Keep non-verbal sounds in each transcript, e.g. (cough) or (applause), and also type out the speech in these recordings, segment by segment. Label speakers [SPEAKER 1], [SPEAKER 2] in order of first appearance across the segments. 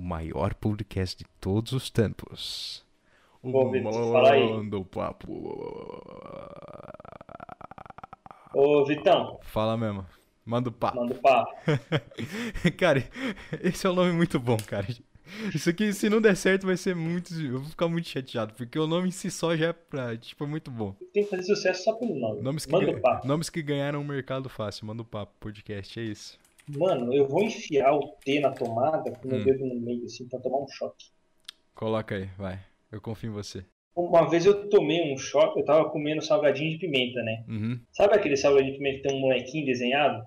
[SPEAKER 1] maior podcast de todos os tempos. O
[SPEAKER 2] Ô, Vitor, fala aí.
[SPEAKER 1] Mando Papo.
[SPEAKER 2] Ô, Vitão,
[SPEAKER 1] Fala mesmo. Manda o papo.
[SPEAKER 2] manda o papo.
[SPEAKER 1] (laughs) Cara, esse é um nome muito bom, cara. Isso aqui, se não der certo, vai ser muito. Eu vou ficar muito chateado, porque o nome em si só já é pra, tipo, é muito bom.
[SPEAKER 2] Tem que fazer sucesso só pelo nome.
[SPEAKER 1] Nomes que,
[SPEAKER 2] manda
[SPEAKER 1] gan-
[SPEAKER 2] o papo.
[SPEAKER 1] Nomes que ganharam o mercado fácil. Manda o papo, podcast, é isso.
[SPEAKER 2] Mano, eu vou enfiar o T na tomada com o meu
[SPEAKER 1] Hum.
[SPEAKER 2] dedo no meio, assim, pra tomar um choque.
[SPEAKER 1] Coloca aí, vai. Eu confio em você.
[SPEAKER 2] Uma vez eu tomei um choque, eu tava comendo salgadinho de pimenta, né?
[SPEAKER 1] Uhum.
[SPEAKER 2] Sabe aquele salgadinho de pimenta que tem um molequinho desenhado?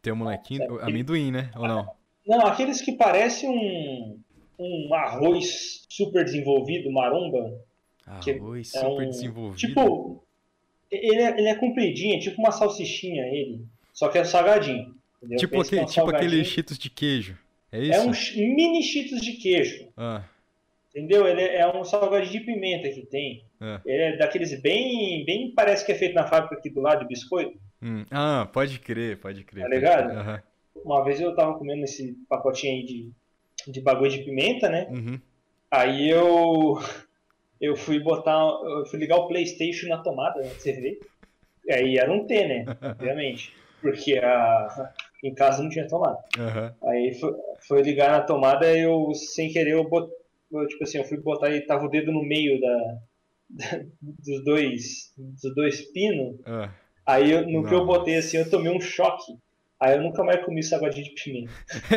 [SPEAKER 1] Tem um molequinho. Amendoim, né? Ou não?
[SPEAKER 2] Não, aqueles que parecem um, um arroz super desenvolvido, maromba. Que
[SPEAKER 1] Arroz
[SPEAKER 2] é
[SPEAKER 1] super
[SPEAKER 2] um-
[SPEAKER 1] desenvolvido.
[SPEAKER 2] Tipo, ele é, ele é compridinho, é tipo uma salsichinha ele. Só que é salgadinho. entendeu?
[SPEAKER 1] Tipo,
[SPEAKER 2] Pensa que
[SPEAKER 1] aquele,
[SPEAKER 2] é um
[SPEAKER 1] tipo aquele
[SPEAKER 2] salgadinho.
[SPEAKER 1] cheetos de queijo. É
[SPEAKER 2] É
[SPEAKER 1] isso?
[SPEAKER 2] um chi- mini cheetos de queijo.
[SPEAKER 1] Ah,
[SPEAKER 2] Entendeu? Ele é é um salgadinho de pimenta que tem.
[SPEAKER 1] É.
[SPEAKER 2] Ele é daqueles bem. bem parece que é feito na fábrica aqui do lado de biscoito.
[SPEAKER 1] hum. ah, pode crer, pode crer.
[SPEAKER 2] Tá
[SPEAKER 1] pode
[SPEAKER 2] ligado?
[SPEAKER 1] crer. Aham.
[SPEAKER 2] Uma vez eu tava comendo esse pacotinho aí de, de bagulho de pimenta, né?
[SPEAKER 1] Uhum.
[SPEAKER 2] Aí eu. (laughs) Eu fui botar. Eu fui ligar o Playstation na tomada, né? Você vê? Aí era um T, né? Obviamente. Porque a, em casa não tinha tomada.
[SPEAKER 1] Aham.
[SPEAKER 2] Aí foi, foi ligar na tomada e eu, sem querer, eu, bot, eu, tipo assim, eu fui botar e tava o dedo no meio da, da- dos dois dos dois pinos.
[SPEAKER 1] Ah. (laughs)
[SPEAKER 2] Aí eu- no que eu
[SPEAKER 1] Não.
[SPEAKER 2] botei assim, eu tomei um choque. Aí eu nunca mais comi salgadinho de pimenta.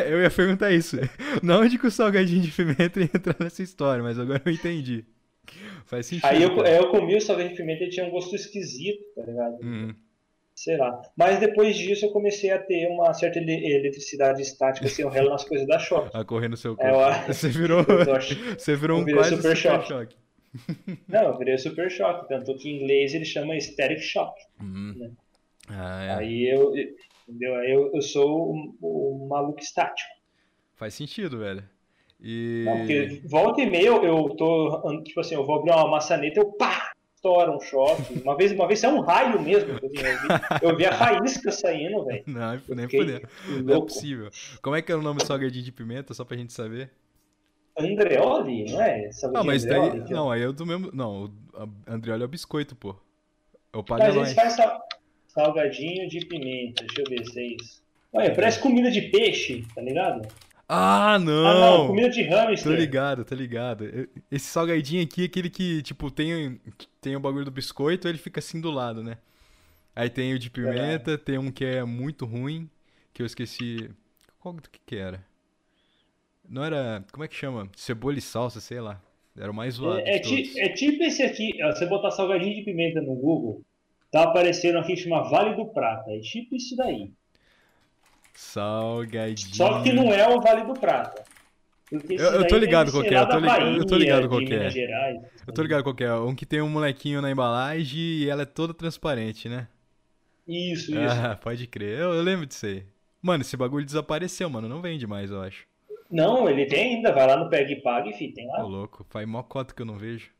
[SPEAKER 1] Eu ia perguntar isso. (laughs) Na onde que o salgadinho de pimenta ia entrar nessa história, mas agora eu entendi. Faz sentido.
[SPEAKER 2] Aí eu,
[SPEAKER 1] (laughs) cara.
[SPEAKER 2] aí eu comi o salgadinho de pimenta e tinha um gosto esquisito, tá ligado?
[SPEAKER 1] Uhum.
[SPEAKER 2] Sei lá. Mas depois disso eu comecei a ter uma certa ele- eletricidade estática, assim, eu relo nas coisas da choque.
[SPEAKER 1] A correr no seu
[SPEAKER 2] É,
[SPEAKER 1] corpo.
[SPEAKER 2] eu-
[SPEAKER 1] Você virou,
[SPEAKER 2] Eu acho-
[SPEAKER 1] (laughs) você virou
[SPEAKER 2] eu
[SPEAKER 1] um
[SPEAKER 2] virei
[SPEAKER 1] quase super,
[SPEAKER 2] super choque.
[SPEAKER 1] choque.
[SPEAKER 2] Não, eu virei super choque, tanto que em inglês ele chama static shock.
[SPEAKER 1] Uhum. Ah, é.
[SPEAKER 2] Aí eu, entendeu? Aí eu, eu sou o, o maluco estático.
[SPEAKER 1] Faz sentido, velho. E.
[SPEAKER 2] Não, porque volta e meia eu- eu tô, an- tipo assim, eu vou abrir uma maçaneta, eu pá, estoura um choque. Uma vez, uma vez é um raio mesmo. tipo assim, Eu vi, eu vi a faísca saindo, velho.
[SPEAKER 1] (laughs) Não, nem
[SPEAKER 2] Fiquei
[SPEAKER 1] poder. (laughs) Não é
[SPEAKER 2] Louco.
[SPEAKER 1] possível. Como é que era o nome do salgadinho de pimenta, só pra gente saber?
[SPEAKER 2] Andreoli, não é? Sabe
[SPEAKER 1] Ah,
[SPEAKER 2] de
[SPEAKER 1] mas daí.
[SPEAKER 2] Andreoli? é
[SPEAKER 1] Não, aí eu do mesmo. Não, o a- Andrioli é o biscoito, pô. É o
[SPEAKER 2] Mas eles
[SPEAKER 1] panelões.
[SPEAKER 2] fazem sal- salgadinho de pimenta. Deixa eu ver se é isso. Olha, parece comida de peixe, tá ligado?
[SPEAKER 1] Ah,
[SPEAKER 2] Ah, não,
[SPEAKER 1] não!
[SPEAKER 2] comida de
[SPEAKER 1] Tô
[SPEAKER 2] hamster.
[SPEAKER 1] ligado, tô ligado. Eu- Esse salgadinho aqui é aquele que, tipo, tem, tem o bagulho do biscoito, ele fica assim do lado, né? Aí tem o de pimenta, tem um que é muito ruim, que eu esqueci. Qual do que que era? Não era. Como é que chama? Cebola e salsa, sei lá. Era o mais zoado.
[SPEAKER 2] É, é
[SPEAKER 1] de
[SPEAKER 2] ti-
[SPEAKER 1] todos.
[SPEAKER 2] é tipo esse aqui, ó, você botar salgadinho de pimenta no Google, tá aparecendo aqui que chama Vale do Prata. É tipo isso daí.
[SPEAKER 1] Salgadinho.
[SPEAKER 2] Só que não é o Vale do Prata. Porque esse
[SPEAKER 1] Eu- eu
[SPEAKER 2] daí
[SPEAKER 1] tô
[SPEAKER 2] deve
[SPEAKER 1] ligado
[SPEAKER 2] ser
[SPEAKER 1] qual que é,
[SPEAKER 2] lá
[SPEAKER 1] eu tô
[SPEAKER 2] da
[SPEAKER 1] li- eu tô ligado
[SPEAKER 2] Bahia,
[SPEAKER 1] qual
[SPEAKER 2] de
[SPEAKER 1] que é.
[SPEAKER 2] Minas Gerais.
[SPEAKER 1] Eu tô ligado qual que é. Um que tem um molequinho na embalagem e ela é toda transparente, né?
[SPEAKER 2] Isso, isso.
[SPEAKER 1] Ah, (laughs) pode crer. Eu, eu lembro disso aí. Mano, esse bagulho desapareceu, mano. Não vende mais, eu acho.
[SPEAKER 2] Não, ele tem ainda. Vai lá no Peg e Paga, enfim, tem
[SPEAKER 1] Ô,
[SPEAKER 2] lá.
[SPEAKER 1] louco, faz mó cota que eu não vejo.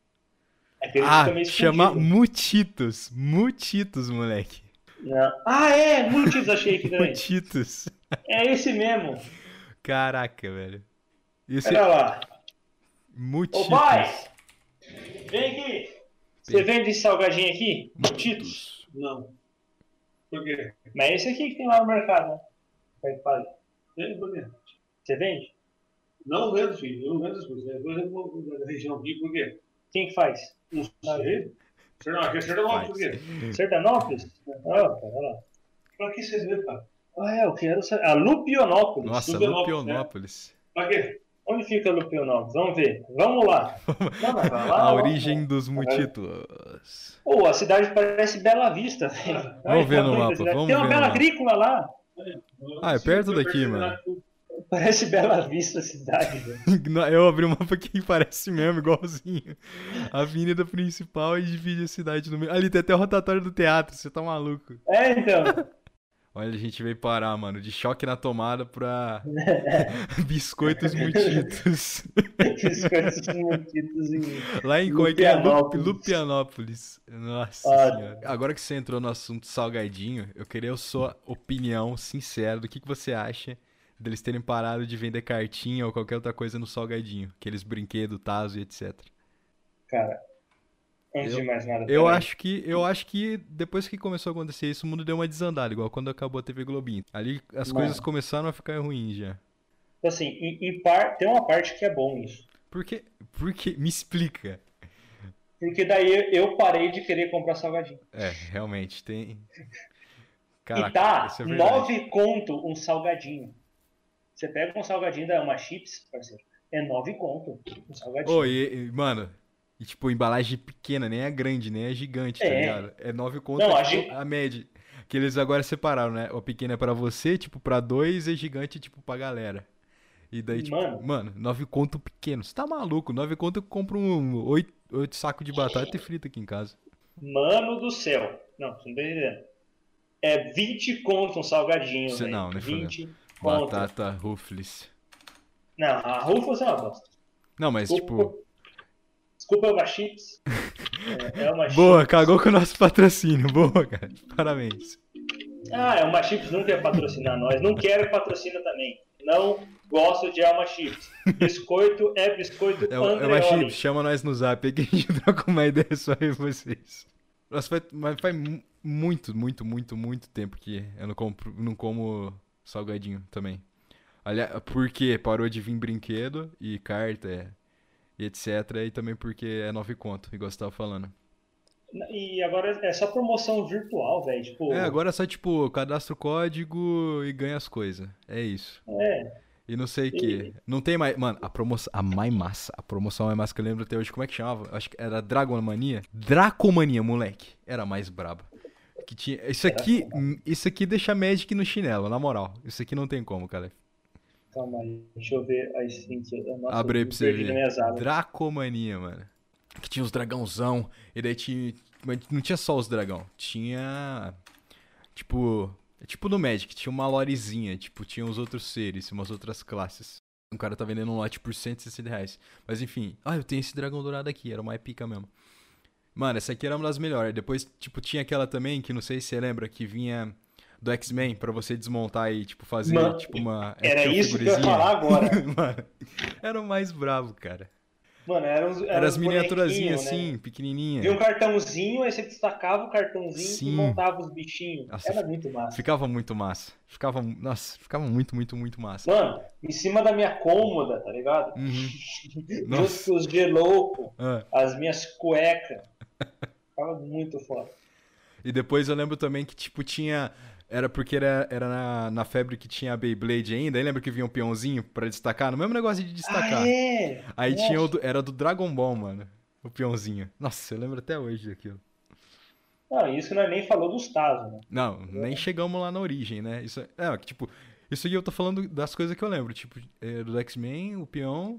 [SPEAKER 2] É que ele fica
[SPEAKER 1] ah,
[SPEAKER 2] meio
[SPEAKER 1] chama
[SPEAKER 2] escondido.
[SPEAKER 1] Mutitos. Mutitos, moleque.
[SPEAKER 2] Não. Ah, é, Multis achei aqui também.
[SPEAKER 1] Mutitos.
[SPEAKER 2] É esse mesmo.
[SPEAKER 1] Caraca, velho. Esse
[SPEAKER 2] Pera lá. Ô,
[SPEAKER 1] Mutitos.
[SPEAKER 2] pai! Vem aqui! Você vende esse salgadinho aqui? Titos? Não. Por quê? Mas é esse aqui que tem lá no mercado, né? É, Pega e paga. Você vende?
[SPEAKER 3] Não vendo, filho, eu não vendo as coisas. né? Por exemplo, da região aqui, por quê?
[SPEAKER 2] Quem que faz?
[SPEAKER 3] Não sei. Será que é Sertanópolis, por quê?
[SPEAKER 2] Sertanópolis? Ah, cara, olha lá.
[SPEAKER 3] Pra que vocês vêm, cara?
[SPEAKER 2] Ah, é, eu quero saber. A Lupionópolis.
[SPEAKER 1] Nossa,
[SPEAKER 3] Lupionópolis, né?
[SPEAKER 1] Lupionópolis.
[SPEAKER 3] Pra quê?
[SPEAKER 2] Onde fica Lupionópolis? Vamos ver.
[SPEAKER 1] (laughs)
[SPEAKER 2] Vamos lá. Não, mas vai lá,
[SPEAKER 1] A
[SPEAKER 2] vamos-
[SPEAKER 1] origem dos Mutitos.
[SPEAKER 2] Pô, a cidade parece Bela Vista. velho. Olha
[SPEAKER 1] ver no
[SPEAKER 2] o tamanho da
[SPEAKER 1] mapa,
[SPEAKER 2] cidade.
[SPEAKER 1] vamos
[SPEAKER 2] Tem
[SPEAKER 1] ver
[SPEAKER 2] uma
[SPEAKER 1] no
[SPEAKER 2] bela
[SPEAKER 1] mapa.
[SPEAKER 2] agrícola lá.
[SPEAKER 1] Ah, é perto daqui,
[SPEAKER 3] Sim,
[SPEAKER 1] mano.
[SPEAKER 3] perto
[SPEAKER 2] Parece Bela Vista a cidade. velho.
[SPEAKER 1] Não, Eu abri o mapa que parece mesmo, igualzinho. A avenida principal e divide a cidade no meio. Ali tem até o rotatório do teatro, você tá maluco.
[SPEAKER 2] É, então. (laughs)
[SPEAKER 1] Olha, a gente veio parar, mano, de choque na tomada pra (laughs) biscoitos mutitos.
[SPEAKER 2] Esses caras são metidos em-
[SPEAKER 1] Lá em como é que é? Lup-
[SPEAKER 2] Lupianópolis.
[SPEAKER 1] Lupianópolis. Nossa
[SPEAKER 2] Ah.
[SPEAKER 1] senhora. Agora que você entrou no assunto salgadinho, eu queria a sua opinião sincera do que, que você acha deles terem parado de vender cartinha ou qualquer outra coisa no salgadinho, aqueles brinquedos, Tazo e etc.
[SPEAKER 2] Cara, antes
[SPEAKER 1] Eu-
[SPEAKER 2] de mais nada. Então,
[SPEAKER 1] Eu
[SPEAKER 2] peraí.
[SPEAKER 1] acho que eu acho que depois que começou a acontecer isso, o mundo deu uma desandada, igual quando acabou a TV Globinho. Ali as
[SPEAKER 2] Mano.
[SPEAKER 1] coisas começaram a ficar ruins já.
[SPEAKER 2] Então, Assim, em, em par, tem uma parte que é bom nisso.
[SPEAKER 1] Porque porque me explica.
[SPEAKER 2] Porque daí eu parei de querer comprar salgadinho.
[SPEAKER 1] É, realmente tem
[SPEAKER 2] e
[SPEAKER 1] Caraca,
[SPEAKER 2] tá
[SPEAKER 1] isso é verdade.
[SPEAKER 2] nove conto um salgadinho. Você pega um salgadinho da Uma Chips, parceiro, é nove conto um salgadinho.
[SPEAKER 1] Ô, e- e, mano, e tipo, embalagem pequena, nem é grande, nem é gigante, tá
[SPEAKER 2] É.
[SPEAKER 1] ligado? É 9 conto
[SPEAKER 2] Não,
[SPEAKER 1] é,
[SPEAKER 2] a
[SPEAKER 1] tipo,
[SPEAKER 2] gente-
[SPEAKER 1] a média. Que eles agora separaram, né? O pequeno é pra você, tipo, pra dois, e gigante, tipo, pra galera. E daí, tipo,
[SPEAKER 2] Mano.
[SPEAKER 1] mano, 9 conto pequeno. Você tá maluco? 9 conto eu compro um 8, sacos de batata e frita aqui em casa.
[SPEAKER 2] Mano do céu. Não, você não tá entendendo. É 20 conto um salgadinho,
[SPEAKER 1] Cê-
[SPEAKER 2] velho.
[SPEAKER 1] não, nem
[SPEAKER 2] 20 conto.
[SPEAKER 1] Batata Ruffles.
[SPEAKER 2] Não, a Ruffles é uma bosta.
[SPEAKER 1] Não, mas tipo.
[SPEAKER 2] Desculpa- Desculpa, é uma Chips. É, é uma
[SPEAKER 1] (laughs) Boa, cagou com o nosso patrocínio. Boa, cara. Parabéns.
[SPEAKER 2] Ah, é uma Chips não quer patrocinar nós. Não quero patrocina também. Não gosto de Alma Chips. Biscoito é biscoito
[SPEAKER 1] É, o- é uma
[SPEAKER 2] Andreoli.
[SPEAKER 1] chip, chama nós no zap aí que a gente (laughs) troca uma ideia só aí vocês. Nossa, faz, mas faz mu- muito, muito, muito, muito tempo que eu não, compro, não como salgadinho também. Aliás, porque parou de vir brinquedo e carta é, e etc. E também porque é nove conto, igual você tava falando.
[SPEAKER 2] E agora é só promoção virtual, velho. Tipo,
[SPEAKER 1] É, agora é só tipo, cadastra o código e ganha as coisas. É isso.
[SPEAKER 2] é,
[SPEAKER 1] E não sei o que. Não tem mais. Mano, a promoção. A mais massa. A promoção mais massa que eu lembro até hoje. Como é que chamava? Acho que era Dragonmania. Dracomania, moleque. Era a mais braba. Que tinha... Isso aqui. Isso aqui deixa Magic no chinelo, na moral. Isso aqui não tem como, cara.
[SPEAKER 2] Calma aí, deixa eu ver as assim, que eu- nossa,
[SPEAKER 1] Abre aí
[SPEAKER 2] eu
[SPEAKER 1] pra você
[SPEAKER 2] perdi
[SPEAKER 1] ver.
[SPEAKER 2] minhas abas.
[SPEAKER 1] Dracomania, mano. Que tinha os dragãozão. E daí tinha. Mas não tinha só os dragão. Tinha. Tipo. é Tipo no Magic, tinha uma lorezinha. Tipo, tinha os outros seres, umas outras classes. Um cara tá vendendo um lote por 160 reais. Mas enfim. Ah, eu tenho esse dragão dourado aqui. Era uma épica mesmo. Mano, essa aqui era uma das melhores. Depois, tipo, tinha aquela também, que não sei se você lembra, que vinha do X-Men pra você desmontar e, tipo, fazer,
[SPEAKER 2] Mano,
[SPEAKER 1] tipo, uma.
[SPEAKER 2] Era
[SPEAKER 1] action
[SPEAKER 2] isso que eu ia
[SPEAKER 1] figurezinha.
[SPEAKER 2] falar agora.
[SPEAKER 1] (laughs) Mano, era o mais bravo, cara.
[SPEAKER 2] Mano, eram uns- eram
[SPEAKER 1] Era as
[SPEAKER 2] uns
[SPEAKER 1] miniaturazinhas
[SPEAKER 2] bonequinhos,
[SPEAKER 1] assim,
[SPEAKER 2] Né? Vinha um
[SPEAKER 1] pequenininha.
[SPEAKER 2] cartãozinho, aí você destacava o cartãozinho
[SPEAKER 1] Sim.
[SPEAKER 2] e montava os bichinhos.
[SPEAKER 1] Nossa,
[SPEAKER 2] Era muito massa.
[SPEAKER 1] Ficava muito massa. Ficava, nossa, ficava muito, muito, muito massa.
[SPEAKER 2] Mano, em cima da minha cômoda, tá ligado?
[SPEAKER 1] Uhum.
[SPEAKER 2] Meus (laughs)
[SPEAKER 1] Nossa.
[SPEAKER 2] os gelouco,
[SPEAKER 1] Ah,
[SPEAKER 2] as minhas cuecas. Ficava muito foda.
[SPEAKER 1] E depois eu lembro também que, tipo, tinha. Era porque era, era na, na febre que tinha a Beyblade ainda. Aí lembra que vinha um peãozinho pra destacar? No mesmo negócio de destacar.
[SPEAKER 2] Ah, é!
[SPEAKER 1] Aí tinha o
[SPEAKER 2] Nossa.
[SPEAKER 1] do, era do Dragon Ball, mano. O peãozinho. Nossa, eu lembro até hoje daquilo.
[SPEAKER 2] Não, isso nós nem falou dos Tazos, né?
[SPEAKER 1] Não, nem chegamos lá na origem, né? Isso é, que, tipo, isso aqui eu tô falando das coisas que eu lembro, tipo, é, do X-Men, o peão,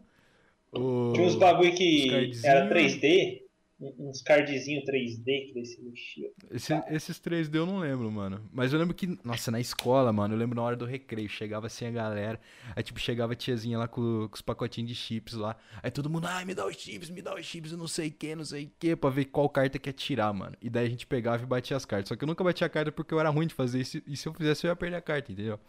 [SPEAKER 1] o
[SPEAKER 2] Tinha uns bagulho
[SPEAKER 1] os
[SPEAKER 2] que
[SPEAKER 1] cardzinho.
[SPEAKER 2] era 3D, um- uns cardzinhos 3D que desse mexia.
[SPEAKER 1] Esse- esses 3D eu não lembro, mano. Mas eu lembro que, nossa, na escola, mano, eu lembro na hora do recreio, chegava assim a galera, aí tipo, chegava a tiazinha lá com, com os pacotinhos de chips lá, aí todo mundo, ai, me dá os chips, me dá os chips, eu não sei o que, não sei o que, pra ver qual carta que ia tirar, mano. E daí a gente pegava e batia as cartas. Só que eu nunca batia a carta porque eu era ruim de fazer isso, e se eu fizesse eu ia perder a carta, entendeu?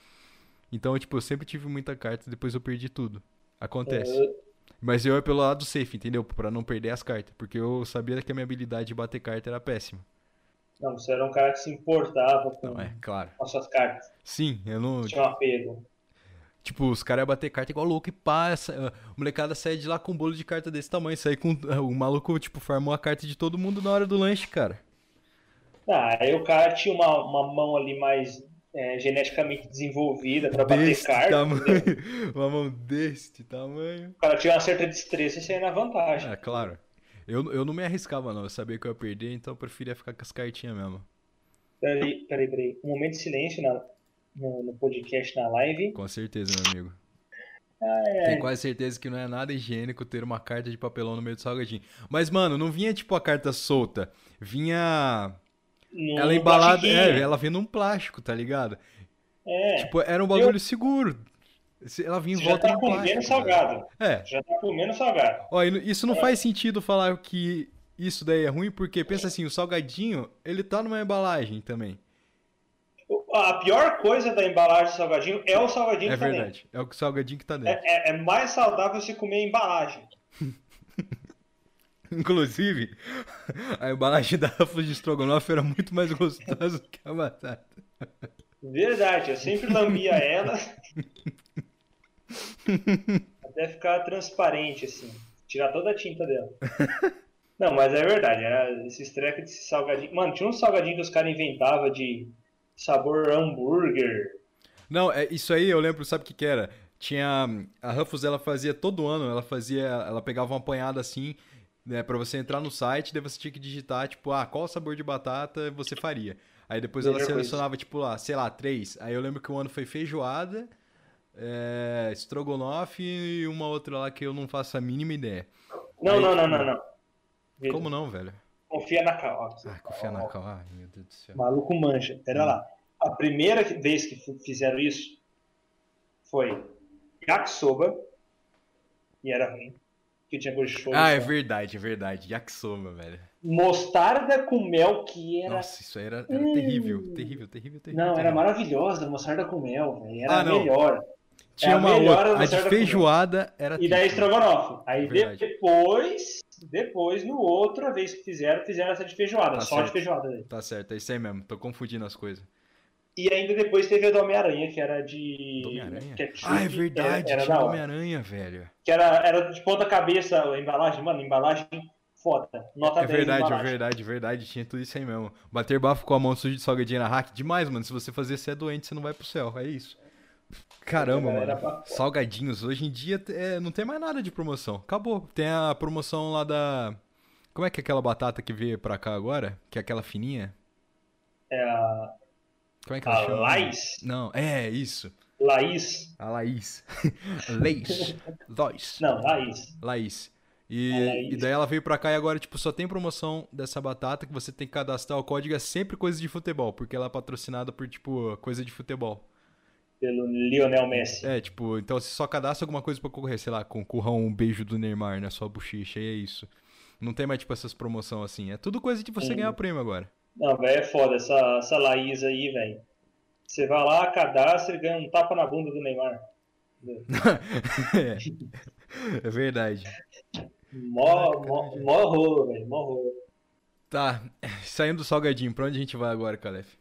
[SPEAKER 1] Então, tipo, eu sempre tive muita carta, depois eu perdi tudo. Acontece.
[SPEAKER 2] Eu-
[SPEAKER 1] Mas eu ia pelo lado safe, entendeu? Pra não perder as cartas, porque eu sabia que a minha habilidade de bater carta era péssima.
[SPEAKER 2] Não, você era um cara que se importava com,
[SPEAKER 1] Não, é, claro.
[SPEAKER 2] com as suas cartas.
[SPEAKER 1] Sim, eu não.
[SPEAKER 2] Tinha um apego.
[SPEAKER 1] Tipo, os caras iam bater carta igual louco e pá, essa, ah, o molecada sai de lá com um bolo de carta desse tamanho. Sai com. O maluco, tipo, farmou a carta de todo mundo na hora do lanche, cara.
[SPEAKER 2] Ah, aí o cara tinha uma, uma mão ali mais é, geneticamente desenvolvida pra bater
[SPEAKER 1] desse
[SPEAKER 2] carta.
[SPEAKER 1] tamanho. (laughs) Uma mão deste tamanho.
[SPEAKER 2] O cara tinha uma certa destreza e saía na vantagem.
[SPEAKER 1] É, claro. Eu, eu não me arriscava, não. Eu sabia que eu ia perder, então eu preferia ficar com as cartinhas mesmo.
[SPEAKER 2] Peraí, peraí, peraí. Um momento de silêncio na- no, no podcast, na live.
[SPEAKER 1] Com certeza, meu amigo. Tenho quase certeza que não é nada higiênico ter uma carta de papelão no meio do salgadinho. Mas, mano, não vinha tipo a carta solta. Vinha.
[SPEAKER 2] No-
[SPEAKER 1] Ela
[SPEAKER 2] no
[SPEAKER 1] embalada. É,
[SPEAKER 2] plastiquinho.
[SPEAKER 1] ela vinha num plástico, tá ligado?
[SPEAKER 2] É,
[SPEAKER 1] Tipo, era um bagulho seguro. Se- Ela vinha em
[SPEAKER 2] você já
[SPEAKER 1] volta
[SPEAKER 2] tá
[SPEAKER 1] do
[SPEAKER 2] comendo
[SPEAKER 1] plástico,
[SPEAKER 2] salgado. É.
[SPEAKER 1] cara. É.
[SPEAKER 2] Já tá comendo salgado.
[SPEAKER 1] Ó, e n- isso não faz sentido falar que isso daí é ruim, porque pensa assim, o salgadinho, ele tá numa embalagem também.
[SPEAKER 2] O- a pior coisa da embalagem de salgadinho é o salgadinho
[SPEAKER 1] É
[SPEAKER 2] que tá dentro.
[SPEAKER 1] verdade. É o salgadinho que tá dentro.
[SPEAKER 2] É, é- é mais saudável você comer a embalagem.
[SPEAKER 1] (laughs) Inclusive, (laughs) a embalagem da Ruffles de estrogonofe era muito mais gostosa que a batata.
[SPEAKER 2] Verdade, eu sempre lambia
[SPEAKER 1] (laughs)
[SPEAKER 2] ela. até ficar transparente, assim. Tirar toda a tinta dela. Não, mas é verdade, era esses trecos de salgadinho. Mano, tinha um salgadinho que os caras inventavam de sabor hambúrguer.
[SPEAKER 1] Não, é isso aí eu lembro, sabe o que que era? Tinha a Ruffles, ela fazia todo ano, ela fazia, ela pegava uma apanhada assim, né, para você entrar no site, daí você tinha que digitar tipo, ah, qual sabor de batata você faria. Aí depois ela
[SPEAKER 2] Melhor coisa.
[SPEAKER 1] selecionava tipo lá, sei lá, três. Aí eu lembro que um ano foi feijoada, é, estrogonofe e uma outra lá que eu não faço a mínima ideia.
[SPEAKER 2] Não,
[SPEAKER 1] Aí-
[SPEAKER 2] não, não, não, não. Vitor,
[SPEAKER 1] Como não, velho?
[SPEAKER 2] Confia na calma.
[SPEAKER 1] Ah, confia na calma. Ai, meu Deus do céu.
[SPEAKER 2] Maluco manja. Pera lá. A primeira vez que fi- fizeram isso foi yakisoba. E era ruim. Que tinha gosto de show.
[SPEAKER 1] Ah, é verdade, é verdade. Yakisoba, velho.
[SPEAKER 2] Mostarda com mel, que era.
[SPEAKER 1] Nossa, isso aí era, era terrível, terrível, terrível, terrível.
[SPEAKER 2] não, era
[SPEAKER 1] terrível.
[SPEAKER 2] maravilhosa. Mostarda com mel, velho. Era
[SPEAKER 1] Ah,
[SPEAKER 2] a
[SPEAKER 1] não.
[SPEAKER 2] melhor.
[SPEAKER 1] Tinha
[SPEAKER 2] É a
[SPEAKER 1] uma
[SPEAKER 2] melhor
[SPEAKER 1] outra. A
[SPEAKER 2] almoçada
[SPEAKER 1] de
[SPEAKER 2] com
[SPEAKER 1] feijoada era
[SPEAKER 2] E daí
[SPEAKER 1] terrível.
[SPEAKER 2] estrogonofe. Aí
[SPEAKER 1] Tá Verdade.
[SPEAKER 2] depois, depois, no outra vez que fizeram, fizeram essa de feijoada.
[SPEAKER 1] Tá
[SPEAKER 2] só
[SPEAKER 1] certo.
[SPEAKER 2] de feijoada. Daí.
[SPEAKER 1] Tá certo, é isso aí mesmo. Tô confundindo as coisas.
[SPEAKER 2] E ainda depois teve a do Homem-Aranha, que era de.
[SPEAKER 1] Do Homem-Aranha?
[SPEAKER 2] ketchup,
[SPEAKER 1] Ah, é
[SPEAKER 2] era-
[SPEAKER 1] verdade,
[SPEAKER 2] Era,
[SPEAKER 1] tinha
[SPEAKER 2] da
[SPEAKER 1] do
[SPEAKER 2] hora.
[SPEAKER 1] Homem-Aranha, velho.
[SPEAKER 2] Que era, era de ponta cabeça a embalagem, mano, embalagem foda. Nota
[SPEAKER 1] É
[SPEAKER 2] 10
[SPEAKER 1] verdade, é
[SPEAKER 2] embalagem.
[SPEAKER 1] verdade, é verdade. Tinha tudo isso aí mesmo. Bater bafo com a mão suja de salgadinha na hack. Demais, mano. Se você fazer, você é doente, você não vai pro céu. É isso. Caramba,
[SPEAKER 2] Galera,
[SPEAKER 1] mano.
[SPEAKER 2] pra-
[SPEAKER 1] Salgadinhos, hoje em dia é, não tem mais nada de promoção. Acabou. Tem a promoção lá da. Como é que é aquela batata que veio pra cá agora? Que é aquela fininha?
[SPEAKER 2] É a,
[SPEAKER 1] Como é que ela
[SPEAKER 2] a
[SPEAKER 1] chama?
[SPEAKER 2] Laís,
[SPEAKER 1] Não, é isso.
[SPEAKER 2] Laís,
[SPEAKER 1] A
[SPEAKER 2] (laughs)
[SPEAKER 1] Laís. Laís. Lois.
[SPEAKER 2] não, Laís.
[SPEAKER 1] Laís. E,
[SPEAKER 2] A Laís.
[SPEAKER 1] e daí ela veio pra cá e agora, tipo, só tem promoção dessa batata que você tem que cadastrar o código, é sempre coisa de futebol, porque ela é patrocinada por, tipo, coisa de futebol.
[SPEAKER 2] Pelo Lionel Messi.
[SPEAKER 1] É, tipo, então você só cadastra alguma coisa pra concorrer, sei lá, concorra um beijo do Neymar na sua bochecha, e é isso. Não tem mais, tipo, essas promoções assim. É tudo coisa de você
[SPEAKER 2] Sim.
[SPEAKER 1] ganhar prêmio agora.
[SPEAKER 2] Não, velho, é foda essa, essa Laís aí, velho. Você vai lá, cadastra e ganha um tapa na bunda do Neymar.
[SPEAKER 1] é verdade.
[SPEAKER 2] Mó,
[SPEAKER 1] Caraca,
[SPEAKER 2] mó,
[SPEAKER 1] cara.
[SPEAKER 2] mó rolo, velho, mó rolo.
[SPEAKER 1] Tá, (laughs) saindo do salgadinho, pra onde a gente vai agora, Calef?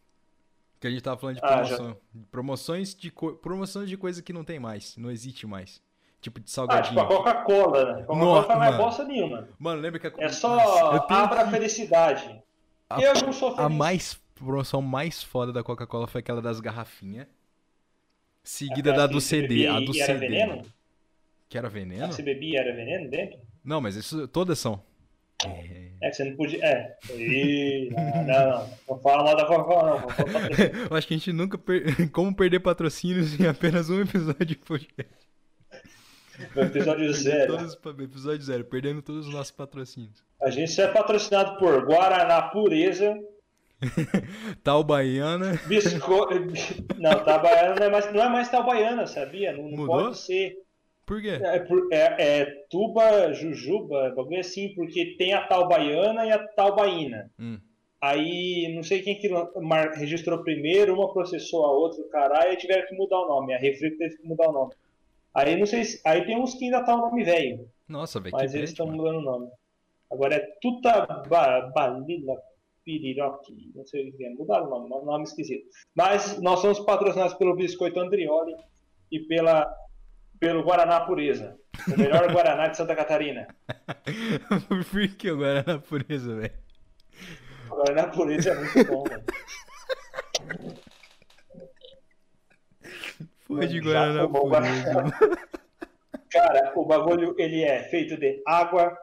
[SPEAKER 1] Que a gente tava falando de
[SPEAKER 2] Ah, já-
[SPEAKER 1] promoção. Promoções de co... promoções de coisa que não tem mais, não existe mais. Tipo de
[SPEAKER 2] Ah, tipo
[SPEAKER 1] salgadinho.
[SPEAKER 2] a Coca-Cola, né? Coca-Cola
[SPEAKER 1] Nossa,
[SPEAKER 2] não é
[SPEAKER 1] mano.
[SPEAKER 2] bosta nenhuma.
[SPEAKER 1] Mano, lembra que a
[SPEAKER 2] É só
[SPEAKER 1] Nossa, eu tenho
[SPEAKER 2] abra a
[SPEAKER 1] que-
[SPEAKER 2] felicidade.
[SPEAKER 1] A-
[SPEAKER 2] eu não sou
[SPEAKER 1] a
[SPEAKER 2] feliz.
[SPEAKER 1] mais promoção mais foda da Coca-Cola foi aquela das garrafinhas. Seguida
[SPEAKER 2] Aquela
[SPEAKER 1] da
[SPEAKER 2] É que
[SPEAKER 1] do
[SPEAKER 2] você
[SPEAKER 1] CD,
[SPEAKER 2] bebia
[SPEAKER 1] a
[SPEAKER 2] e
[SPEAKER 1] do tá
[SPEAKER 2] era
[SPEAKER 1] CD.
[SPEAKER 2] veneno? É
[SPEAKER 1] Que era veneno?
[SPEAKER 2] Você bebia e era veneno dentro?
[SPEAKER 1] Não, mas isso todas são. (laughs) É.
[SPEAKER 2] É que você não podia.
[SPEAKER 1] (laughs)
[SPEAKER 2] É. Ih, não, não, não. Não fala mal da Coca-Cola, não. Coca-Cola tá-
[SPEAKER 1] Eu acho que a gente nunca per- (laughs) como perder patrocínios em apenas um episódio de podcast.
[SPEAKER 2] No episódio zero.
[SPEAKER 1] Todos, episódio zero, perdendo todos os nossos patrocínios.
[SPEAKER 2] A gente é patrocinado por Guaraná Pureza,
[SPEAKER 1] Tal Baiana.
[SPEAKER 2] Biscoito. eh, Não, Tabaiana não é mais, não é mais Tabaiana, sabia? Não, não
[SPEAKER 1] Mudou?
[SPEAKER 2] pode ser.
[SPEAKER 1] Por quê?
[SPEAKER 2] É, por- é- é Tuba, Jujuba, bagulho assim, porque tem a Taubaiana e a Taubaína.
[SPEAKER 1] Hum.
[SPEAKER 2] Aí, não sei quem que lan- mar- registrou primeiro, uma processou a outra, caralho, e tiveram que mudar o nome. A Refri teve que mudar o nome. Aí não sei se- Aí tem uns que ainda tá o nome velho,
[SPEAKER 1] Nossa, velho, que
[SPEAKER 2] mas
[SPEAKER 1] bad,
[SPEAKER 2] eles estão
[SPEAKER 1] mano.
[SPEAKER 2] mudando o nome. Agora é Tuta Ba- Balila Piriroque, não sei o que é. Mudaram o nome, um nome esquisito. Mas nós somos patrocinados pelo Biscoito Andrioli e pela, pelo Guaraná Pureza. O
[SPEAKER 1] (laughs)
[SPEAKER 2] melhor Guaraná de Santa Catarina.
[SPEAKER 1] Por que o Guaraná Pureza, velho?
[SPEAKER 2] O Guaraná Pureza é muito bom, mano.
[SPEAKER 1] Foi de
[SPEAKER 2] Já
[SPEAKER 1] Guaraná
[SPEAKER 2] tomou
[SPEAKER 1] Pureza. mano.
[SPEAKER 2] Cara, o bagulho ele é feito de água,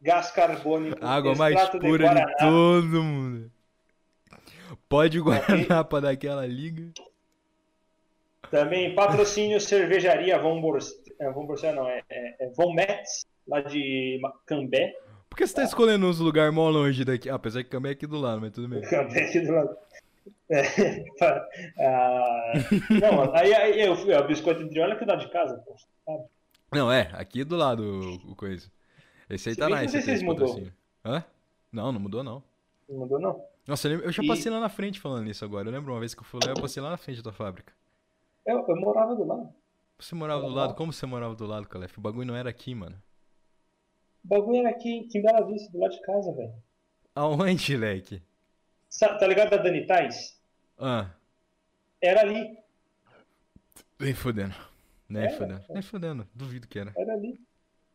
[SPEAKER 2] gás carbônico,
[SPEAKER 1] Água mais
[SPEAKER 2] extrato de
[SPEAKER 1] pura de
[SPEAKER 2] guaraná.
[SPEAKER 1] todo mundo. Pode o Guaraná pra daquela liga.
[SPEAKER 2] Também patrocínio cervejaria Von Borst, é, Von Borst não, é, é, é Von Metz, lá de Ma- Cambé,
[SPEAKER 1] Por que você tá escolhendo uns lugares mó longe daqui? Ah, apesar que também é aqui do lado, mas tudo
[SPEAKER 2] (laughs)
[SPEAKER 1] bem.
[SPEAKER 2] Cambé aqui do lado. É, tá. Ah, não, aí, aí eu fui, ó, biscoito de olho que dá de casa. pô.
[SPEAKER 1] Não, é, aqui do lado o, o coisa. Esse aí
[SPEAKER 2] Se
[SPEAKER 1] tá
[SPEAKER 2] bem que
[SPEAKER 1] nice,
[SPEAKER 2] não sei
[SPEAKER 1] esse
[SPEAKER 2] se mudou.
[SPEAKER 1] patrocínio. Hã? Não, não mudou não.
[SPEAKER 2] Não mudou, não.
[SPEAKER 1] Nossa, eu, lembro- eu já passei lá na frente falando isso agora. Eu lembro uma vez que eu fui lá, eu passei lá na frente da tua fábrica.
[SPEAKER 2] Eu, eu morava do lado.
[SPEAKER 1] Você morava do lado? Como você morava do lado, Calef? O bagulho não era aqui, mano.
[SPEAKER 2] O bagulho era aqui, em- aqui em Bela Vista, do lado de casa, velho.
[SPEAKER 1] Aonde, leque?
[SPEAKER 2] Sa- Tá ligado a Dani Tais?
[SPEAKER 1] Ah,
[SPEAKER 2] Era ali,
[SPEAKER 1] nem fudendo. Nem
[SPEAKER 2] Era?
[SPEAKER 1] fudendo. Nem fudendo. Duvido que era.
[SPEAKER 2] era ali.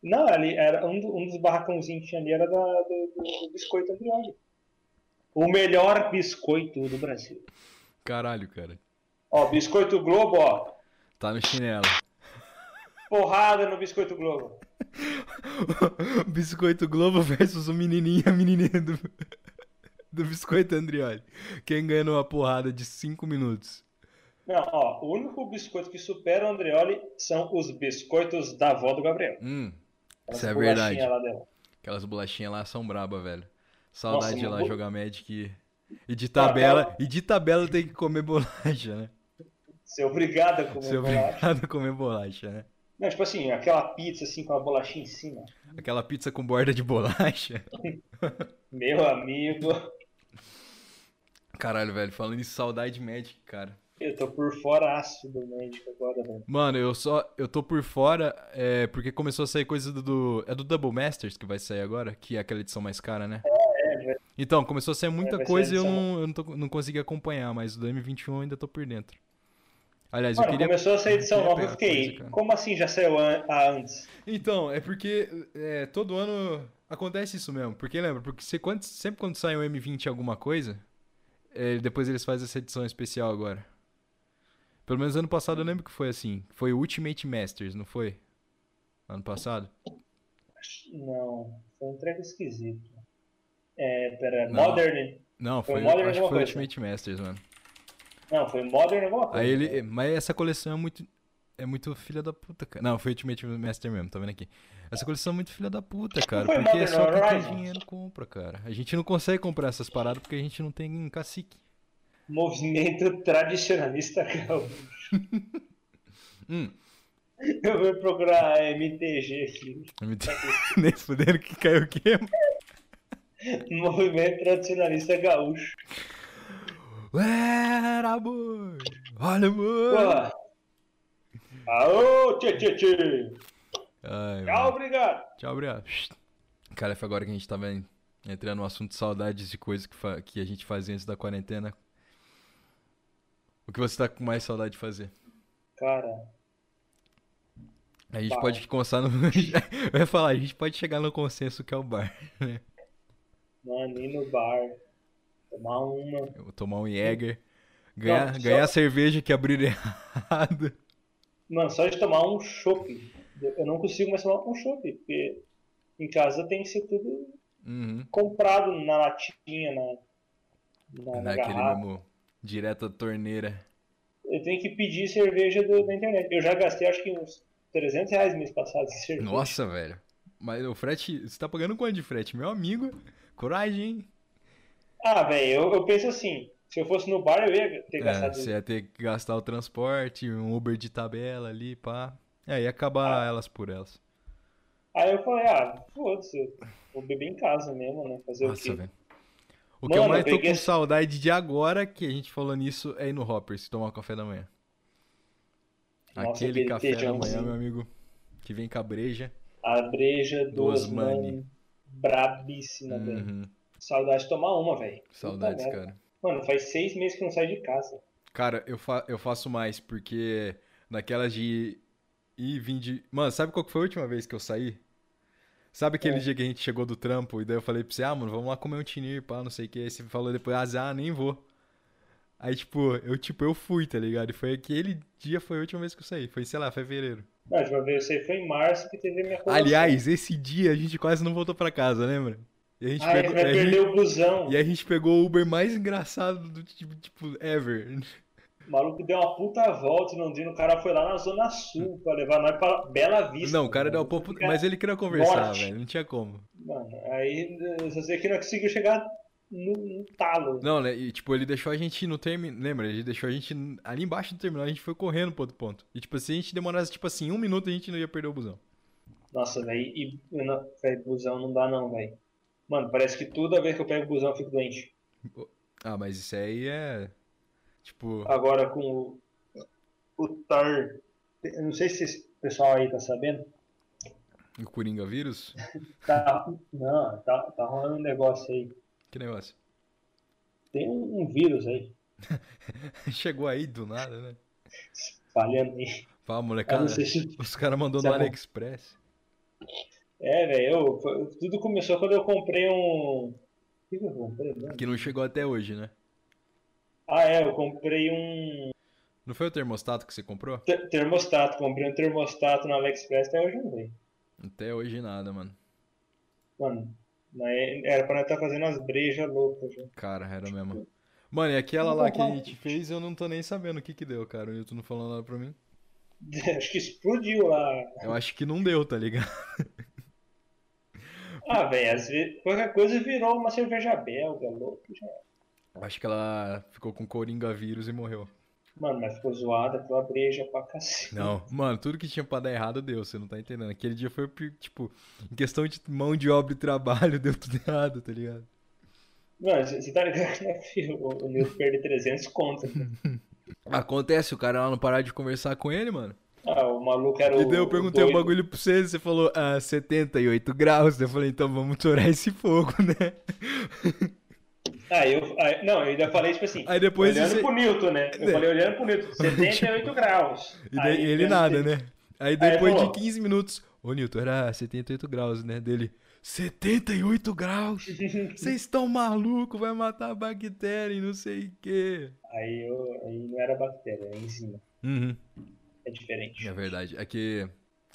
[SPEAKER 2] Não, ali era um, do- um dos barracãozinhos que tinha ali era da- do, do- do biscoito Andrioli. O melhor biscoito do Brasil.
[SPEAKER 1] Caralho, cara.
[SPEAKER 2] Ó, biscoito Globo, ó.
[SPEAKER 1] Tá no
[SPEAKER 2] (laughs)
[SPEAKER 1] chinelo.
[SPEAKER 2] Porrada no biscoito Globo.
[SPEAKER 1] Biscoito Globo versus o menininho e a menininha do, (laughs) do Biscoito Andrioli. Quem ganhou uma porrada de 5 minutos?
[SPEAKER 2] Não, ó, o único biscoito que supera o Andrioli são os biscoitos da avó do Gabriel.
[SPEAKER 1] Hum,
[SPEAKER 2] Aquelas
[SPEAKER 1] isso é
[SPEAKER 2] bolachinhas
[SPEAKER 1] verdade.
[SPEAKER 2] lá dela.
[SPEAKER 1] Aquelas bolachinhas lá são braba, velho. Saudade de ir lá
[SPEAKER 2] mano.
[SPEAKER 1] jogar Magic e... e de tabela. E de tabela tem que comer bolacha, né?
[SPEAKER 2] Ser obrigado a comer
[SPEAKER 1] Ser
[SPEAKER 2] bolacha.
[SPEAKER 1] é obrigado a comer bolacha, né?
[SPEAKER 2] Não, tipo assim, aquela pizza assim com a bolachinha em cima.
[SPEAKER 1] Aquela pizza com borda de bolacha. (laughs)
[SPEAKER 2] Meu amigo, (laughs)
[SPEAKER 1] Caralho, velho, falando em saudade de Magic, cara.
[SPEAKER 2] eu tô por fora aço do médico agora, velho.
[SPEAKER 1] Mano, eu só. Eu tô por fora é, porque começou a sair coisa do, do- É do Double Masters que vai sair agora, que é aquela edição mais cara, né? Então, começou a sair muita
[SPEAKER 2] É, vai sair
[SPEAKER 1] coisa e eu
[SPEAKER 2] edição.
[SPEAKER 1] não, eu não, tô- não consegui acompanhar, mas do M21 eu ainda tô por dentro. Aliás,
[SPEAKER 2] Mano,
[SPEAKER 1] eu queria.
[SPEAKER 2] começou essa edição
[SPEAKER 1] eu queria
[SPEAKER 2] nova, eu
[SPEAKER 1] pegar a
[SPEAKER 2] fiquei.
[SPEAKER 1] coisa, cara.
[SPEAKER 2] Como assim já saiu an a antes?
[SPEAKER 1] Então, é porque é, todo ano acontece isso mesmo. Porque lembra, porque você- quando- sempre quando sai um M20 alguma coisa, é, depois eles fazem essa edição especial agora. Pelo menos ano passado eu lembro que foi assim. Foi o Ultimate Masters, não foi? Ano passado?
[SPEAKER 2] Não, foi um treco esquisito. É, pera,
[SPEAKER 1] Não.
[SPEAKER 2] Modern.
[SPEAKER 1] Não,
[SPEAKER 2] Foi
[SPEAKER 1] foi,
[SPEAKER 2] Modern
[SPEAKER 1] acho que foi
[SPEAKER 2] alguma
[SPEAKER 1] o
[SPEAKER 2] coisa.
[SPEAKER 1] Ultimate Masters, mano.
[SPEAKER 2] Não, foi Modern alguma coisa.
[SPEAKER 1] Aí ele. Mas essa coleção é muito. É muito filha da puta, cara. Não, foi Ultimate Master mesmo, tá vendo aqui. Essa coleção é muito filha da puta, cara.
[SPEAKER 2] foi
[SPEAKER 1] Porque é
[SPEAKER 2] Modern
[SPEAKER 1] só quem tem
[SPEAKER 2] Horizons?
[SPEAKER 1] dinheiro compra, cara. A gente não consegue comprar essas paradas porque a gente não tem cacique.
[SPEAKER 2] Movimento tradicionalista é gaúcho.
[SPEAKER 1] (laughs) Hum.
[SPEAKER 2] Eu vou procurar MTG aqui.
[SPEAKER 1] Me deu- Nem fuderam que caiu o quê? mano?
[SPEAKER 2] Movimento tradicionalista gaúcho.
[SPEAKER 1] Era, amor! Olha, amor!
[SPEAKER 2] Pô. Aô, tchê, tchê, tchê.
[SPEAKER 1] Ai,
[SPEAKER 2] Tchau,
[SPEAKER 1] mano.
[SPEAKER 2] obrigado.
[SPEAKER 1] Tchau, obrigado. Cara, foi agora que a gente tava en- entrando no assunto saudades de coisas que, fa- que a gente fazia antes da quarentena. O que você tá com mais saudade de fazer?
[SPEAKER 2] Cara,
[SPEAKER 1] A gente
[SPEAKER 2] Bar.
[SPEAKER 1] pode começar no. (laughs) Eu ia falar, a gente pode chegar no consenso que é o bar.
[SPEAKER 2] mano, ir no bar, tomar uma.
[SPEAKER 1] Eu vou tomar um Jäger, ganhar,
[SPEAKER 2] só-
[SPEAKER 1] ganhar cerveja que abrir (laughs) errado.
[SPEAKER 2] Mano, só de tomar um chopp. Eu não consigo mais tomar um chopp, porque em casa tem que ser tudo
[SPEAKER 1] Uhum.
[SPEAKER 2] comprado na latinha, na, na, na
[SPEAKER 1] Naquele
[SPEAKER 2] garrafa.
[SPEAKER 1] mesmo. Direto à torneira.
[SPEAKER 2] Eu tenho que pedir cerveja do- da internet. Eu já gastei acho que uns 300 reais mês passado em cerveja.
[SPEAKER 1] Nossa, velho. Mas o frete. Você tá pagando quanto de frete? Meu amigo. Coragem, hein?
[SPEAKER 2] Ah, velho, eu, eu penso assim, se eu fosse no bar eu ia ter
[SPEAKER 1] É,
[SPEAKER 2] gastado
[SPEAKER 1] você ia ter que gastar o transporte, um Uber de tabela ali, pá. É, ia acabar
[SPEAKER 2] Ah.
[SPEAKER 1] elas por elas.
[SPEAKER 2] Aí eu falei, ah, foda-se, eu vou beber em casa mesmo, né? Fazer o quê?
[SPEAKER 1] Nossa, velho. O que eu
[SPEAKER 2] Mano,
[SPEAKER 1] mais
[SPEAKER 2] eu
[SPEAKER 1] tô
[SPEAKER 2] peguei
[SPEAKER 1] com
[SPEAKER 2] esse-
[SPEAKER 1] saudade de agora, que a gente falou nisso, é ir no Hopper, se tomar um café da manhã.
[SPEAKER 2] Nossa,
[SPEAKER 1] Aquele
[SPEAKER 2] aquele
[SPEAKER 1] café da manhã,
[SPEAKER 2] feijãozinho.
[SPEAKER 1] meu amigo. Que vem com a breja.
[SPEAKER 2] A breja do
[SPEAKER 1] Do
[SPEAKER 2] Osmani.
[SPEAKER 1] Osmani.
[SPEAKER 2] Brabíssima, velho.
[SPEAKER 1] Uhum.
[SPEAKER 2] Saudade de tomar uma, velho. Puta
[SPEAKER 1] Saudades,
[SPEAKER 2] merda.
[SPEAKER 1] cara.
[SPEAKER 2] Mano, faz seis meses que eu não saio de casa.
[SPEAKER 1] Cara, eu, fa eu faço mais, porque naquelas de ir e vir de. Mano, sabe qual que foi a última vez que eu saí? Sabe aquele
[SPEAKER 2] É.
[SPEAKER 1] dia que a gente chegou do trampo e daí eu falei pra você, ah, mano, vamos lá comer um tinir, pá, não sei o que. Aí você falou depois, azar, nem vou. Aí, tipo, eu, tipo, eu fui, tá ligado? E foi aquele dia, foi a última vez que eu saí. Foi, sei lá, fevereiro.
[SPEAKER 2] Não, a última vez eu saí foi em março que teve a minha colação.
[SPEAKER 1] Aliás, esse dia a gente quase não voltou pra casa, lembra? E a gente
[SPEAKER 2] ah,
[SPEAKER 1] pegou.
[SPEAKER 2] vai
[SPEAKER 1] e a
[SPEAKER 2] perder
[SPEAKER 1] gente-
[SPEAKER 2] o busão.
[SPEAKER 1] E a gente pegou o Uber mais engraçado do tipo, tipo ever.
[SPEAKER 2] O maluco deu uma puta volta em Londrina. O cara foi lá na Zona Sul pra levar nós pra Bela Vista.
[SPEAKER 1] Não, o cara deu
[SPEAKER 2] mano.
[SPEAKER 1] um pouco.
[SPEAKER 2] Fica-
[SPEAKER 1] Mas ele queria conversar,
[SPEAKER 2] Morte.
[SPEAKER 1] velho. Não tinha como.
[SPEAKER 2] Mano, aí eu só sei que não conseguiu chegar no, no talo.
[SPEAKER 1] Não, né? E, tipo, ele deixou a gente no terminal. Lembra? Ele deixou a gente ali embaixo do terminal. A gente foi correndo pro outro ponto. E, tipo, se a gente demorasse, tipo assim, um minuto, a gente não ia perder o busão.
[SPEAKER 2] Nossa, velho, e eu não- véi, busão não dá não, velho. Mano, parece que toda vez que eu pego o busão eu fico doente.
[SPEAKER 1] Ah, mas isso aí é. Tipo.
[SPEAKER 2] Agora com o, o TAR. Eu não sei se esse pessoal aí tá sabendo.
[SPEAKER 1] O Coringa vírus?
[SPEAKER 2] Tá, não, tá, tá rolando um negócio aí.
[SPEAKER 1] Que negócio? (laughs)
[SPEAKER 2] Tem um, um vírus aí.
[SPEAKER 1] Chegou aí do nada, né?
[SPEAKER 2] Falhando aí.
[SPEAKER 1] Fala, molecada.
[SPEAKER 2] Eu não sei se-
[SPEAKER 1] Os caras mandou
[SPEAKER 2] se
[SPEAKER 1] no
[SPEAKER 2] é bom.
[SPEAKER 1] AliExpress.
[SPEAKER 2] É, velho, eu- foi- tudo começou quando eu comprei um. O que, que eu comprei, mano?
[SPEAKER 1] Que não chegou até hoje, né?
[SPEAKER 2] Ah, é, eu comprei um
[SPEAKER 1] Não foi o termostato que você comprou?
[SPEAKER 2] ter- termostato. Comprei um termostato na AliExpress até hoje eu não veio.
[SPEAKER 1] Até hoje nada, mano.
[SPEAKER 2] Mano, mas era pra nós estar fazendo as brejas loucas. já. (laughs)
[SPEAKER 1] Cara, era mesmo. Mano, e aquela
[SPEAKER 2] Vou
[SPEAKER 1] lá que
[SPEAKER 2] comprar
[SPEAKER 1] a
[SPEAKER 2] um.
[SPEAKER 1] gente fez, eu não tô nem sabendo o que que deu, cara. O Newton não falou nada pra mim.
[SPEAKER 2] Acho que explodiu lá.
[SPEAKER 1] Eu acho que não deu, tá ligado?
[SPEAKER 2] Ah, velho, às vezes qualquer coisa virou uma cerveja belga, louco. Já.
[SPEAKER 1] Eu acho que ela ficou com coringa vírus e morreu.
[SPEAKER 2] Mano, mas ficou zoada aquela breja pra cacete.
[SPEAKER 1] Não, mano, tudo que tinha pra dar errado deu, você não tá entendendo. Aquele dia foi, pi- tipo, em questão de mão de obra e trabalho, (laughs) deu tudo errado, tá ligado?
[SPEAKER 2] Mano, você tá ligado, né, filho? O o Nilson perde 300
[SPEAKER 1] (laughs)
[SPEAKER 2] contas.
[SPEAKER 1] Acontece, o cara lá não parar de conversar com ele, mano.
[SPEAKER 2] Ah, o maluco era o.
[SPEAKER 1] E daí eu perguntei o
[SPEAKER 2] doido.
[SPEAKER 1] bagulho pra você, você falou, ah, 78 graus. Eu falei, então vamos torar esse fogo, (laughs) né?
[SPEAKER 2] Ah, eu. ah, não, eu ainda falei, tipo assim.
[SPEAKER 1] Aí depois
[SPEAKER 2] Olhando
[SPEAKER 1] você-
[SPEAKER 2] pro Newton, né? Eu
[SPEAKER 1] É.
[SPEAKER 2] falei olhando pro
[SPEAKER 1] (laughs)
[SPEAKER 2] Newton, 78 graus.
[SPEAKER 1] E daí
[SPEAKER 2] Aí,
[SPEAKER 1] ele
[SPEAKER 2] eu-
[SPEAKER 1] nada, né? Aí depois
[SPEAKER 2] falou.
[SPEAKER 1] de 15 minutos, ô Nilton, era 78 graus, né? Dele, 78 graus? Vocês estão malucos, vai matar a bactéria e não sei o quê.
[SPEAKER 2] (laughs) Aí, eu, aí não era bactéria, era enzima.
[SPEAKER 1] Uhum.
[SPEAKER 2] É diferente. (laughs)
[SPEAKER 1] É verdade. É que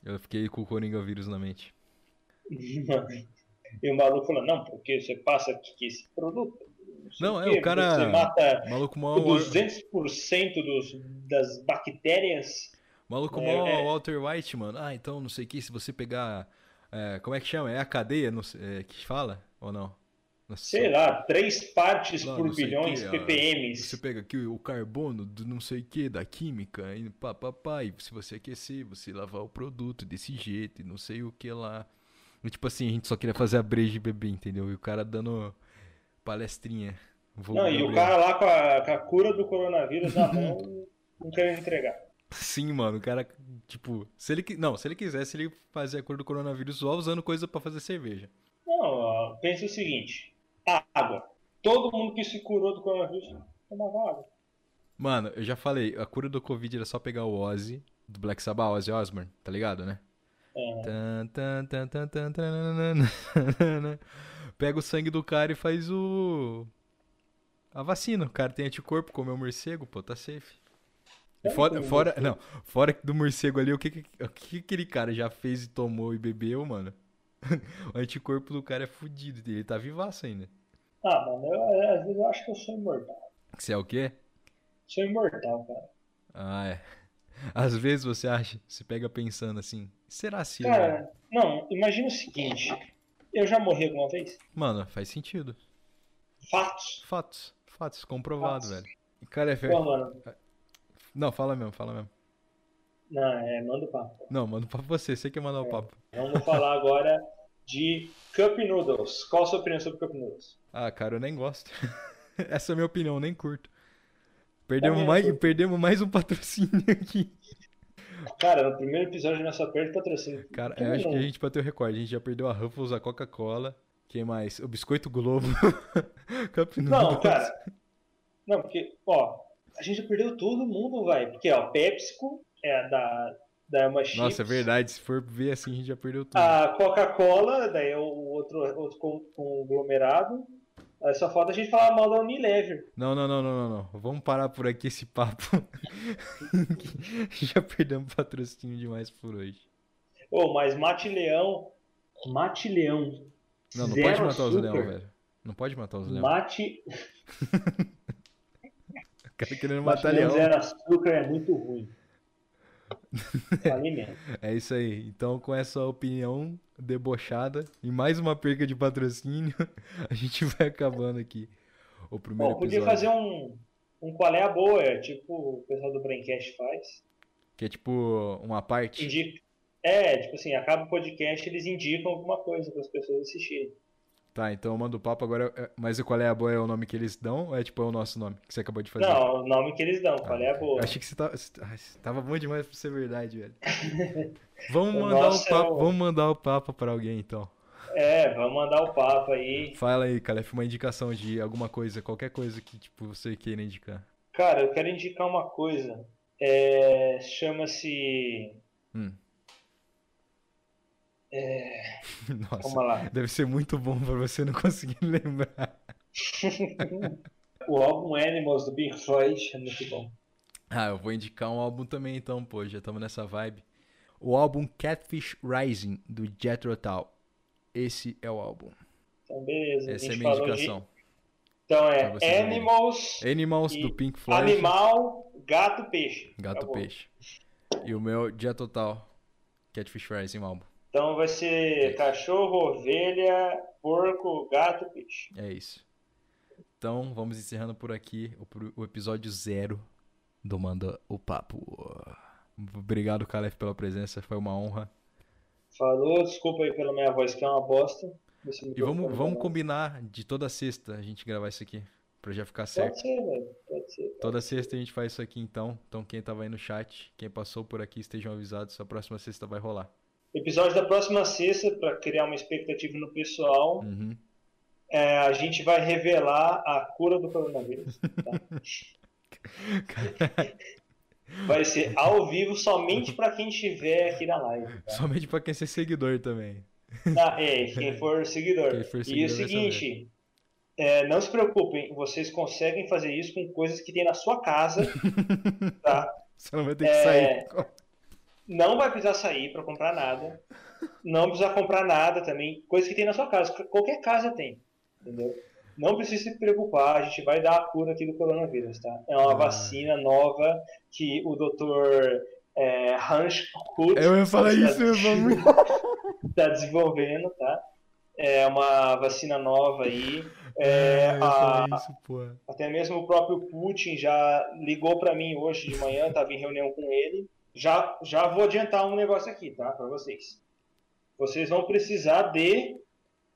[SPEAKER 1] eu fiquei com o Coringa vírus na mente.
[SPEAKER 2] Mano, E o maluco falou, não, porque você passa aqui que esse produto. sei
[SPEAKER 1] Não, é,
[SPEAKER 2] quê,
[SPEAKER 1] o cara- é
[SPEAKER 2] Você mata
[SPEAKER 1] Maluco mal.
[SPEAKER 2] 200% dos, das bactérias.
[SPEAKER 1] Maluco
[SPEAKER 2] É,
[SPEAKER 1] mal
[SPEAKER 2] é.
[SPEAKER 1] Walter White, mano. Ah, então não sei o que, se você pegar. é, como é que chama? É a cadeia não sei- é, que fala? Ou não? Nossa,
[SPEAKER 2] Sei lá, três partes
[SPEAKER 1] Não, não
[SPEAKER 2] por
[SPEAKER 1] sei é o
[SPEAKER 2] bilhões
[SPEAKER 1] quê, ó. Você
[SPEAKER 2] ppms.
[SPEAKER 1] pega aqui o carbono do não sei o que, da química, e pá, pá, pá, e se você aquecer, você lavar o produto desse jeito, e não sei o que lá. E, tipo assim, a gente só queria fazer a breja e beber, entendeu? E o cara dando palestrinha. Vou
[SPEAKER 2] Não, e o cara lá com a, com a cura do coronavírus na
[SPEAKER 1] (laughs)
[SPEAKER 2] mão, não querendo entregar.
[SPEAKER 1] Sim, mano, o cara, tipo, se ele, qui- não, se ele quisesse, ele fazia a cor do coronavírus só usando coisa pra fazer cerveja.
[SPEAKER 2] Não, ó, pensa o seguinte: a água. Todo mundo que se curou do coronavírus tomava água.
[SPEAKER 1] Mano, eu já falei, a cura do Covid era só pegar o Ozzy, do Black Sabbath, Ozzy Osbourne, tá ligado, né?
[SPEAKER 2] É.
[SPEAKER 1] Tan, tan, tan, tan, tan, tananana. Pega o sangue do cara e faz o. A vacina. O cara tem anticorpo, comeu morcego, pô, tá safe. E
[SPEAKER 2] Como
[SPEAKER 1] fora,
[SPEAKER 2] comeu
[SPEAKER 1] fora, não, fora do morcego ali, o que, que, o que que aquele cara já fez e tomou e bebeu, mano? (laughs) O anticorpo do cara é fudido, ele tá vivaço ainda.
[SPEAKER 2] Ah, mano, eu- às vezes eu acho que eu sou imortal.
[SPEAKER 1] Você é o quê?
[SPEAKER 2] Sou imortal, cara.
[SPEAKER 1] Ah, é. (laughs) Às vezes você acha, se pega pensando assim, será se. né?" eu-
[SPEAKER 2] Cara, não, imagina o seguinte: eu já morri alguma vez?
[SPEAKER 1] Mano, faz sentido.
[SPEAKER 2] Fatos.
[SPEAKER 1] Fatos, fatos, comprovado,
[SPEAKER 2] Fatos.
[SPEAKER 1] velho. Cara, é fe...
[SPEAKER 2] Pô, mano,
[SPEAKER 1] Não, fala mesmo, fala mesmo.
[SPEAKER 2] não, é, manda o papo.
[SPEAKER 1] Não, manda pra você, você quer mandar
[SPEAKER 2] É.
[SPEAKER 1] o papo.
[SPEAKER 2] Vamos falar agora de Cup Noodles. Qual a sua opinião sobre Cup Noodles?
[SPEAKER 1] Ah, cara, eu nem gosto. (laughs) Essa é a minha opinião, nem curto. Perdemos
[SPEAKER 2] Também
[SPEAKER 1] mais,
[SPEAKER 2] curto.
[SPEAKER 1] perdemos mais um (laughs) patrocínio aqui.
[SPEAKER 2] Cara, no primeiro episódio nós só perde patrocínio.
[SPEAKER 1] Cara,
[SPEAKER 2] Tudo
[SPEAKER 1] eu acho que
[SPEAKER 2] bem.
[SPEAKER 1] a gente bateu o recorde. A gente já perdeu a Ruffles, a Coca-Cola. Quem mais? O Biscoito Globo. (laughs) Cup
[SPEAKER 2] Não,
[SPEAKER 1] Noodles.
[SPEAKER 2] cara. Não, porque, ó, a gente já perdeu todo mundo, vai. Porque, ó, PepsiCo é a da, da Elma Chips. Ah,
[SPEAKER 1] Nossa, é verdade. Se for ver assim, a gente já perdeu tudo.
[SPEAKER 2] A Coca-Cola, daí é o outro, outro con- conglomerado. Aí só falta a gente falar mal da Unilever.
[SPEAKER 1] Não, não, não, não, não, não. Vamos parar por aqui esse papo. (laughs) Já perdemos patrocínio demais por hoje.
[SPEAKER 2] Ô, mas Mate Leão. Mate Leão.
[SPEAKER 1] Não, não
[SPEAKER 2] zero
[SPEAKER 1] pode matar os
[SPEAKER 2] açúcar,
[SPEAKER 1] leão, velho. Não pode matar os leão.
[SPEAKER 2] Mate,
[SPEAKER 1] O cara querendo
[SPEAKER 2] mate
[SPEAKER 1] matar
[SPEAKER 2] Leão
[SPEAKER 1] leão.
[SPEAKER 2] zero açúcar é muito ruim. Falei mesmo.
[SPEAKER 1] É isso aí. Então, com essa opinião debochada e mais uma perca de patrocínio, (laughs) a gente vai acabando aqui o primeiro
[SPEAKER 2] Bom, podia
[SPEAKER 1] episódio.
[SPEAKER 2] fazer um, um qual é a boa, é, tipo o pessoal do Braincast faz.
[SPEAKER 1] Que é tipo uma parte.
[SPEAKER 2] Indica. É, tipo assim, acaba o podcast, eles indicam alguma coisa para as pessoas assistirem.
[SPEAKER 1] Tá, então manda o papo agora. é- Mas qual é a boa? É o nome que eles dão ou é tipo é o nosso nome que você acabou de fazer?
[SPEAKER 2] Não, é o nome que eles dão, qual é a
[SPEAKER 1] é.
[SPEAKER 2] boa?
[SPEAKER 1] Ah, Eu achei que você tava. você- tá, ai, você tava bom demais pra ser verdade,
[SPEAKER 2] (laughs)
[SPEAKER 1] velho. Vamos
[SPEAKER 2] O
[SPEAKER 1] mandar o
[SPEAKER 2] nosso é
[SPEAKER 1] papo,
[SPEAKER 2] o-
[SPEAKER 1] vamos mandar o papo pra alguém então.
[SPEAKER 2] É, vamos mandar o papo aí.
[SPEAKER 1] Fala aí, Calef, uma indicação de alguma coisa, qualquer coisa que tipo você queira indicar. (laughs)
[SPEAKER 2] Cara, eu quero indicar uma coisa. É, Chama-se.
[SPEAKER 1] Hum. Nossa,
[SPEAKER 2] Vamos lá. (laughs)
[SPEAKER 1] deve ser muito bom pra você não (laughs) conseguir lembrar.
[SPEAKER 2] O álbum Animals do Pink Floyd é muito bom.
[SPEAKER 1] Ah, eu vou indicar um álbum também então, pô, já estamos nessa vibe. O álbum Catfish Rising do Jethro Tull. Esse é o álbum.
[SPEAKER 2] Então, beleza. a
[SPEAKER 1] Essa é a
[SPEAKER 2] gente
[SPEAKER 1] minha
[SPEAKER 2] falou de-
[SPEAKER 1] indicação.
[SPEAKER 2] Então
[SPEAKER 1] pra vocês
[SPEAKER 2] é
[SPEAKER 1] verem.
[SPEAKER 2] Animals,
[SPEAKER 1] Animals
[SPEAKER 2] E
[SPEAKER 1] do Pink Floyd.
[SPEAKER 2] Animal, Gato, Peixe. Tá
[SPEAKER 1] Gato
[SPEAKER 2] Acabou.
[SPEAKER 1] Peixe. E o meu dia total. Catfish Rising, um álbum.
[SPEAKER 2] Então vai ser
[SPEAKER 1] Peixe.
[SPEAKER 2] cachorro, ovelha, porco, gato, peixe.
[SPEAKER 1] É isso. Então, vamos encerrando por aqui o, pro- o episódio zero do Manda o Papo. Obrigado, Calef, pela presença. Foi uma honra.
[SPEAKER 2] Falou, desculpa aí pela minha voz que é uma bosta. Esse
[SPEAKER 1] E vamos,
[SPEAKER 2] microfone
[SPEAKER 1] vamos
[SPEAKER 2] tá-
[SPEAKER 1] combinar de toda sexta a gente gravar isso aqui. Pra já ficar certo.
[SPEAKER 2] Pode ser, velho. Pode ser.
[SPEAKER 1] Toda sexta a gente faz isso aqui então. Então quem tava aí no chat, quem passou por aqui, estejam avisados. A próxima sexta vai rolar.
[SPEAKER 2] Episódio da próxima sexta, pra criar uma expectativa no pessoal,
[SPEAKER 1] Uhum.
[SPEAKER 2] é, a gente vai revelar a cura do coronavírus.
[SPEAKER 1] (laughs)
[SPEAKER 2] tá? vai ser ao vivo somente pra quem estiver aqui na live. Tá?
[SPEAKER 1] Somente pra quem ser seguidor também.
[SPEAKER 2] Tá, é, quem for seguidor.
[SPEAKER 1] Quem for
[SPEAKER 2] e
[SPEAKER 1] seguidor
[SPEAKER 2] o
[SPEAKER 1] vai
[SPEAKER 2] seguinte, é, não se preocupem, vocês conseguem fazer isso com coisas que tem na sua casa, tá?
[SPEAKER 1] Você não vai ter que sair.
[SPEAKER 2] Não vai precisar sair pra comprar nada. Não precisa comprar nada também. Coisas que tem na sua casa. Qualquer casa tem. Entendeu? Não precisa se preocupar, a gente vai dar a cura aqui do coronavírus, tá? É uma
[SPEAKER 1] Ah.
[SPEAKER 2] vacina nova que o doutor é, Hans Kut
[SPEAKER 1] Eu ia falar isso, eu ia falar muito.
[SPEAKER 2] está desenvolvendo, tá? É uma vacina nova aí.
[SPEAKER 1] eu
[SPEAKER 2] É,
[SPEAKER 1] ia
[SPEAKER 2] a-
[SPEAKER 1] falar isso, porra.
[SPEAKER 2] até mesmo o próprio Putin já ligou para mim hoje de manhã, estava em reunião com ele. Já, já vou adiantar um negócio aqui, tá? Para vocês. Vocês vão precisar de